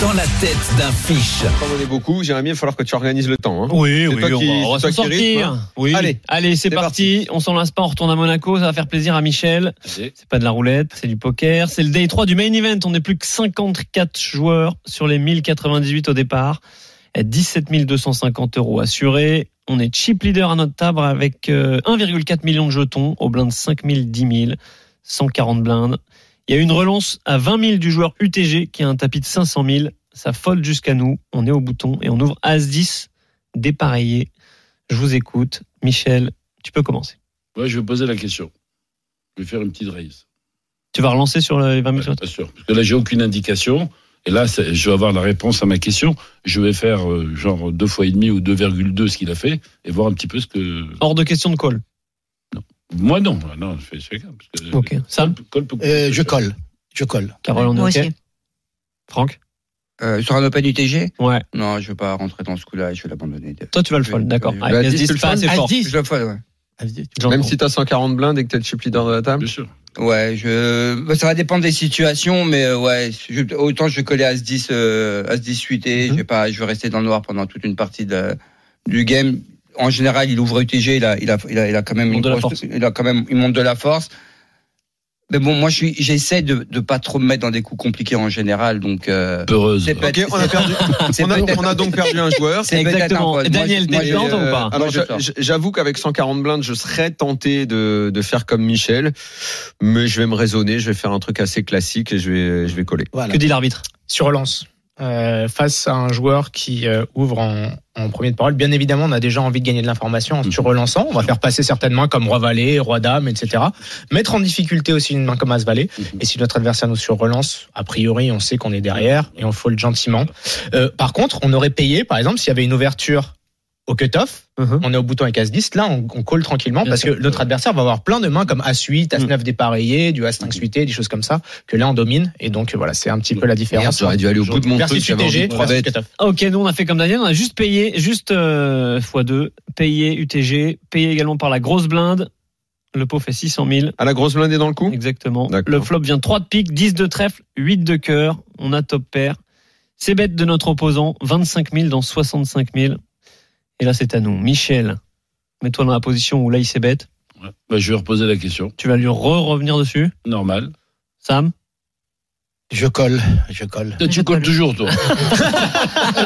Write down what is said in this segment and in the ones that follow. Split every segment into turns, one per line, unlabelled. dans la tête d'un fiche.
Comme on est beaucoup, Jérémy, il va falloir que tu organises le temps. hein.
Oui,
C'est
oui,
toi
on
qui-
va, on va
c'est toi
s'en
qui rythme,
sortir.
hein.
Oui.
Allez,
Allez, c'est
C'est
parti. On s'en lasse pas, on retourne à Monaco, ça va faire plaisir à Michel. C'est pas de la roulette, c'est du poker. C'est le day 3 du main event. On n'est plus que 54 joueurs sur les 1098 au départ. Et 17 250 euros assurés. On est chip leader à notre table avec euh, 1,4 million de jetons au blind 5 000, 10 000, 140 blindes. Il y a une relance à 20 000 du joueur UTG qui a un tapis de 500 000. Ça fold jusqu'à nous. On est au bouton et on ouvre As-10 dépareillé. Je vous écoute. Michel, tu peux commencer.
Ouais, je vais poser la question. Je vais faire une petite raise.
Tu vas relancer sur les 20 000
Ouais,
sur la
bien sûr. Parce que là, j'ai aucune indication. Et là, c'est- je vais avoir la réponse à ma question. Je vais faire euh, genre deux fois et demi ou 2,2 ce qu'il a fait et voir un petit peu ce que.
Hors de question de call.
Moi, non. Ah, Non, je fais chacun. Parce que
Ok. Sam,
Col peut-
Euh, je colle. Je colle.
Carole, on est
Moi
ok
aussi.
Franck
Euh, sur un Open UTG
Ouais.
Non, je veux pas rentrer dans ce coup-là, je vais l'abandonner.
Toi, tu vas le fold,
Oui,
d'accord.
oui, oui.
Avec
Bah,
As-10,
10, tu le
pas assez
As
fort.
10.
Je le fold, ouais.
J'entends.
Même si t'as 140 blindes et que t'es le chip leader de la table.
Bien sûr.
Ouais, je... bah, ça va dépendre des situations, mais euh, ouais, je- autant je vais coller à 10 euh, As 10 suité, je vais pas, je vais rester dans le noir pendant toute une partie de, du game. En général, il ouvre UTG, il a, il a, il a, il a quand même
Il monte
une
de la
grosse-
force.
il a quand même, il monte de la force. Mais bon, moi, je suis- j'essaie de, de pas trop me mettre dans des coups compliqués en général, donc. Euh,
Peureuse.
c'est
Ok,
peut-être-
on a perdu.
c'est
on, a,
peut-être-
on a donc perdu un joueur. Eh ben,
c'est peut-être
Exactement.
un fold. Moi,
Daniel,
je- moi,
t'es
je-
dedans, toi, ou pas
euh,
Alors,
moi, je
j'a-
sors.
j'a- j'avoue qu'avec 140 blindes, je serais tenté de, de faire comme Michel, mais je vais me raisonner, je vais faire un truc assez classique et je vais, je vais coller.
Voilà.
Que dit l'arbitre
Sur relance. Euh, face à un joueur qui euh, ouvre en, en premier de parole, bien évidemment, on a déjà envie de gagner de l'information
Mm-hmm.
en se relançant. On va faire passer certaines mains comme Roi Valet, Roi Dame, etc. Mettre en difficulté aussi une main comme As Valet.
Mhm.
Mm-hmm.
Et si notre adversaire nous surrelance, a priori, on sait qu'on est derrière et on fold gentiment. Euh, par contre, on aurait payé, par exemple, s'il y avait une ouverture au cut-off,
Mhm.
on est au bouton avec As-10, là on, on colle tranquillement
Bien
parce
sûr. Mm-hmm.
que notre adversaire va avoir plein de mains comme As-8, As-9 dépareillé, du As-5 suité, des choses comme ça, que là on domine. Et donc voilà, c'est un petit
Mm-hmm.
peu la
Merde,
différence.
j'aurais dû aller au bout de mon truc.
Versus
j'avais envie
UTG,
de trois
versus
bêtes.
cut-off.
Ok, nous on a fait comme Daniel, on a juste payé, juste euh, x2, payé UTG, payé également par la grosse blinde. Le pot fait 600 000.
À Ah, la grosse blinde est dans le coup
Exactement.
D'accord.
Le flop vient 3 de pique, 10 de trèfle, 8 de cœur. On a top pair. C'est bête de notre opposant. 25 000 dans 65 000. Et là, c'est à nous. Michel, mets-toi dans la position où là, il s'est bête.
Ouais. Bah, je vais reposer la question.
Tu vas lui re-revenir dessus.
Normal.
Sam
Je colle. Je colle.
Toi, tu colles toujours, toi.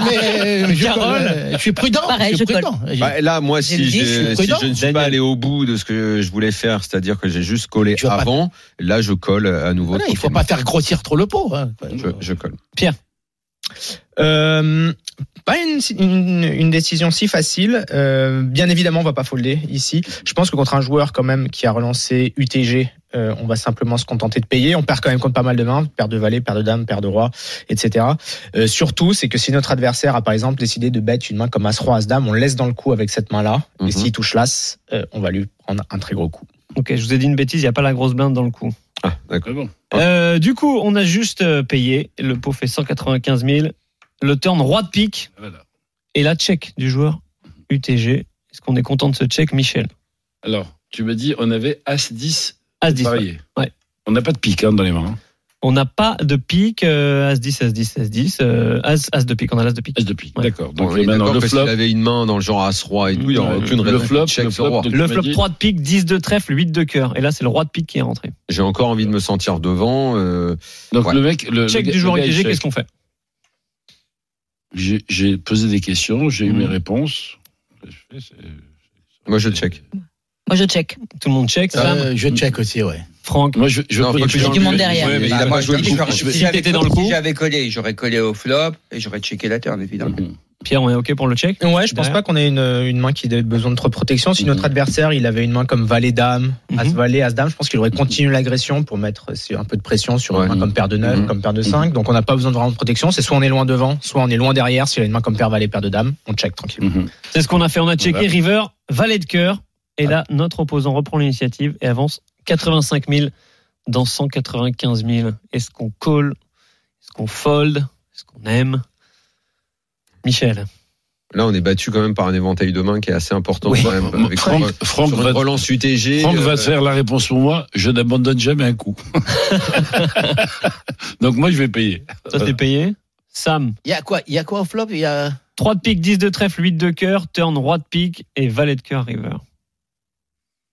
Mais euh, je,
Carole
colle, euh, je suis prudent.
Pareil,
je suis
je colle.
prudent. J'ai-
Bah, là, moi,
Je
si,
le dis,
j'ai-
je suis
si
prudent.
je ne suis pas
Daniel.
allé au bout de ce que je voulais faire, c'est-à-dire que j'ai juste collé
Tu vas pas-
avant, là, je colle à nouveau.
Ah
Voilà, il faut
tranquillement.
pas faire grossir trop le pot. hein.
Je, je colle.
Euh, pas une, une- une décision si facile. Euh, bien évidemment, on va pas folder ici. Je pense que contre un joueur quand même qui a relancé UTG, euh, on va simplement se contenter de payer. On perd quand même contre pas mal de mains, paire de valet, paire de dames, paire de rois, etc. Euh, surtout, c'est que si notre adversaire a par exemple décidé de bet une main comme as roi, as dame, on le laisse dans le coup avec cette main-là.
Mhm.
Et s'il touche l'as, euh, on va lui prendre un très gros coup.
Ok, je vous ai dit une bêtise, il n'y a pas la grosse blinde dans le coup.
Ah, d'accord.
Mais bon.
Euh, du coup, on a juste euh, payé. Le pot fait 195 000. Le turn roi de pique.
Voilà.
Et la check du joueur UTG. Est-ce qu'on est content de ce check, Michel
Alors, tu me dis, on avait As-10
As-10. ouais.
parié. On n'a pas de pique hein, dans les mains. hein.
On n'a pas de pique, euh, As-10, As-10, As-10, euh, As, As de pique, on a l'As de pique.
As de pique.
Ouais.
D'accord. Donc,
on est
maintenant,
d'accord
le
que s'il
flop.
avait une main dans le genre As-Roi et tout, il n'y aurait
Ouais.
aucune
Le
raison
flop,
de check
le
ce
flop,
roi.
Le
donc- tu m'as
flop
dit- Euh,
3 de pique, 10 de trèfle, 8 de cœur. Et là, c'est le roi de pique qui est rentré.
J'ai encore envie de me sentir devant. euh,
Donc,
Ouais.
le mec. Le,
Check
le-
du joueur
le gars, il
UTG,
check.
qu'est-ce qu'on fait
J'ai- J'ai posé des questions, j'ai eu
Mhm.
mes réponses. Ce que je fais, c'est-
Moi, je check.
Moi, je check.
Tout le monde check, Sam,
Euh, je check aussi, ouais.
Franck.
Moi, je, je
Non,
pose-
faut que tu
du monde derrière.
Ouais, mais
Bah,
il a
moi,
pas joué le
je
coup.
dis,
Je-
si t'étais dans le
si
coup.
j'avais collé, j'aurais collé au flop et j'aurais checké la turn, évidemment.
Mhm.
Pierre, on est OK pour le check
Ouais, je pense pas qu'on ait une, une main qui ait besoin de trop de protection. Si notre
Mhm.
adversaire, il avait une main comme valet dame, as
Mhm.
valet, as dame, je pense qu'il aurait continué l'agression pour mettre euh, un peu de pression sur
Ouais.
une main comme paire de 9,
Mhm.
comme paire de 5. Donc on n'a pas besoin de vraiment de protection. C'est soit on est loin devant, soit on est loin derrière. S'il a une main comme paire valet, paire de dame, on check tranquillement.
Mhm.
C'est ce qu'on a fait, on a checké
Voilà.
River, valet de cœur. Et là, notre opposant reprend l'initiative et avance 85 000 dans 195 000. Est-ce qu'on call Est-ce qu'on fold Est-ce qu'on aime Michel.
Là, on est battu quand même par un éventail de mains qui est assez important
Oui.
quand même. Avec
Franck,
sur-
Franck
sur une
va,
relance UTG.
Franck
euh,
va te faire la réponse pour moi. Je n'abandonne jamais un coup. Donc moi, je vais payer.
Toi, t'es payé. Sam.
Il y a quoi Il y a quoi au flop Il y a. ah,
3 de pique, 10 de trèfle, 8 de cœur, turn roi de pique et valet de cœur river.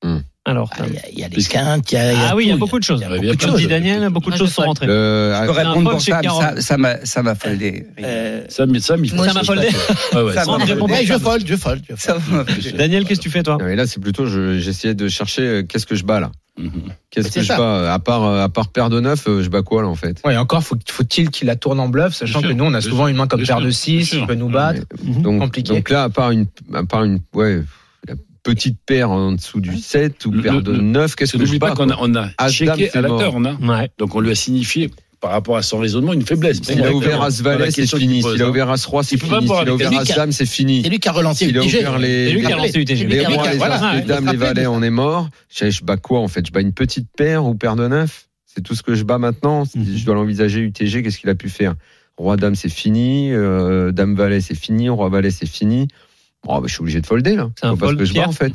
Hmm.
Alors,
Ah,
Sam.
Il y a- il y a les quintes, il y a.
Ah oui, il y a beaucoup de choses.
Il y a beaucoup de
Comme
choses.
dit Daniel, beaucoup de
Moi,
choses
je
sont
sais.
rentrées.
le- ah,
Je peux
J'ai un
répondre
pote
pour
chez
Sam,
Carole.
ça, ça m'a, ça m'a foldé.
Euh,
Sam, Sam, il faut-
Ça m'a foldé.
Ah ouais,
Ça
Sam,
m'a
il faut-
foldé.
ouais, je fold, je fold. Je
Ça
fold.
m'a
Qu'est-ce que-
Daniel, qu'est-ce que tu fais, toi
Non, mais là, c'est plutôt, je- j'essayais de chercher euh, qu'est-ce que je bats là.
Mhm.
Qu'est-ce
C'est
que je
ça.
bats À part, euh, à part paire de neuf, euh, je bats quoi là en fait
Ouais, et encore, faut- faut-il qu'il la tourne en bluff, sachant
Bien
que
sûr,
nous, on a
bien
souvent une main comme
bien
paire
sûr,
de
bien
6
sûr.
qui peut nous battre.
donc,
Compliqué.
donc là, à part une, à part une, ouais, la petite paire en dessous du 7 ou
Le-
paire de
le-
9, qu'est-ce
Parce que
que je
n'oublie
bats
pas qu'on
quoi
a, on a
As-dame,
checké
c'est
à la
mort.
peur, on a.
Ouais.
Donc on lui a signifié, par rapport à son raisonnement, une faiblesse.
S'il a
Exactement.
ouvert
Dans la
As-Valet, c'est
question qu'il
fini.
pose,
S'il a
hein.
ouvert As-Roi, c'est
Il peut pas
fini.
boire
S'il a
avec
ouvert
lui, car-
As-Dame, c'est fini.
C'est lui qui a relancé
S'il a
UTG.
ouvert les,
C'est lui qui a lancé UTG.
les rois, les
Voilà,
as, les
ouais.
dames, les valets,
Rappelez-le.
on est mort. Je, je bats quoi en fait Je bats une petite paire ou paire de neuf C'est tout ce que je bats maintenant. Si
Mhm.
Je dois l'envisager UTG, qu'est-ce qu'il a pu faire Roi dame c'est fini, euh, dame valet c'est fini, roi valet c'est fini. Oh, bah, je suis obligé de folder là.
C'est un
Faut pas ce
fold,
que je bats
Pierre.
en fait.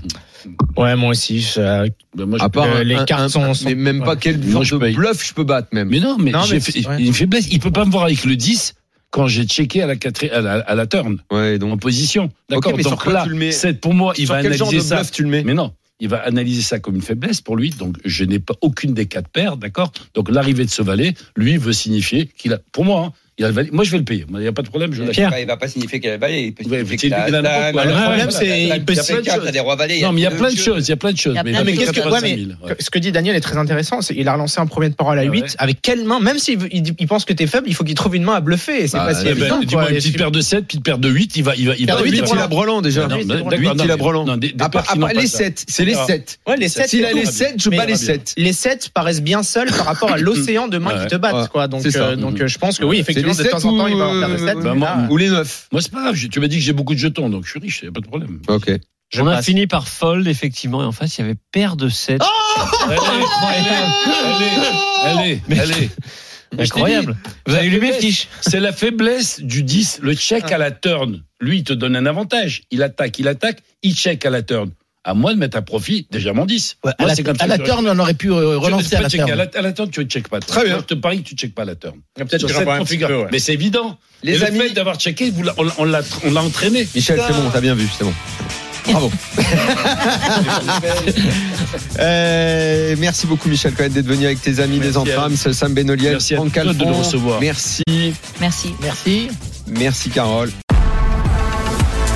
Ouais, moi aussi. je-
Ben, moi, je-
À part
Euh,
un-
les
un-
cartes
un-
sont-
mais
sont-
même pas
voilà.
quel
Moi,
genre
je
de
paye.
bluff je peux battre même.
Mais non, mais,
Non, mais
j'ai
c'est-
fait-
ouais.
une faiblesse. Il peut pas me voir avec le 10 quand j'ai checké à la, quatri- à la, à la turn,
Ouais,
en
donc
position. D'accord,
mais sur
donc
quoi
là,
tu le mets
c'est pour moi, il
sur
va
quel genre de
analyser ça.
bluff tu le mets
Mais non, il va analyser ça comme une faiblesse pour lui. Donc je n'ai pas aucune des quatre paires, d'accord Donc l'arrivée de ce valet, lui, veut signifier qu'il a. Pour moi, hein, il a le valet. Moi, je vais le payer. Moi, Il n'y a pas de problème, je l'achète.
Pierre.
Bah, il va pas signifier qu'elle a balai, il peut
Ouais, faut-il
signifier qu'il a
qu'il a n'importe quoi.
dame,
Le
voilà,
problème,
voilà,
c'est-
t'as-
il peut
t'as
se
des
mettre
cartes,
sur-
t'as des rois valets.
Non, mais il y a
deux
plein de
jeux.
choses. Il y a plein de choses.
Il y a plein
il
de
fait
choses.
Mais qu'est-ce que-
85 000, ouais.
Ce que dit Daniel est très intéressant. c'est- Il a relancé un premier de parole à
Ah
8.
ouais.
Avec quelle main Même s'il veut- il, il pense que t'es faible, il faut qu'il trouve une main à bluffer. et C'est
Bah,
pas si
eh ben,
évident.
dis-moi,
quoi. Bah
une petite paire de 7, petite paire de 8, il va. Il va, il
Paire
va
de huit,
Huit,
il
c'est
va-
il a
Brelan.
Brelan déjà.
Non,
Huit,
non,
c'est
Huit,
non,
il a
mais- bah,
Brelan.
non, des-
Ah,
des
À part,
paires qui
à part
bah,
n'ont pas Ah.
les
ça.
7, c'est les
verra.
7.
Ouais, les
sept,
sept,
S'il a
tout
les
va
7, je
Mais-
bats les
Très bien.
7.
les 7 paraissent bien seuls par rapport à l'océan de mains
Ouais.
qui te battent.
Ouais.
Quoi. Donc,
C'est ça.
euh, donc euh, je pense que oui,
C'est
effectivement,
les
de
sept
temps en temps,
ou-
il va avoir des
euh,
7.
Bah, moi-
Ou les 9.
Moi, c'est pas grave. je- Tu m'as dit que j'ai beaucoup de jetons, donc je suis riche, il n'y a pas de problème.
Ok.
Je
On a
passe.
fini par fold, effectivement, et en face, il y avait paire de 7.
Allez, allez, allez, allez, allez.
Incroyable. Vous avez lu mes
faiblesse.
fiches.
C'est la faiblesse du 10. Le check à la turn, lui, il te donne un avantage. Il attaque, il attaque, il check à la turn. À moi de mettre à profit déjà mon 10.
Ouais, à
Moi,
la,
c'est comme ça
à
que
la
je-
turn, on aurait pu euh,
Tu ne
relancer
peux
à
pas
la
checker
turn.
À la, à la turn, tu ne checkes pas.
Très bien.
Moi, je te parie que tu ne checkes pas à la turn.
Peut-être
Sur
que j'en
cette
vois un petit
configuration.
peu, ouais.
Mais c'est évident. Et
Les
le fait
amis.
d'avoir checké, vous l'a- on l'a- on l'a on l'a entraîné.
Michel, c'est bon, t'as bien vu, c'est bon. Bravo. Euh, merci beaucoup Michel Cohen d'être venu avec tes amis des
Merci à
Entrames, Sam Benoliel,
Merci à
Franck
toi de
Calfon.
nous recevoir.
Merci,
Merci.
Merci.
merci Carole.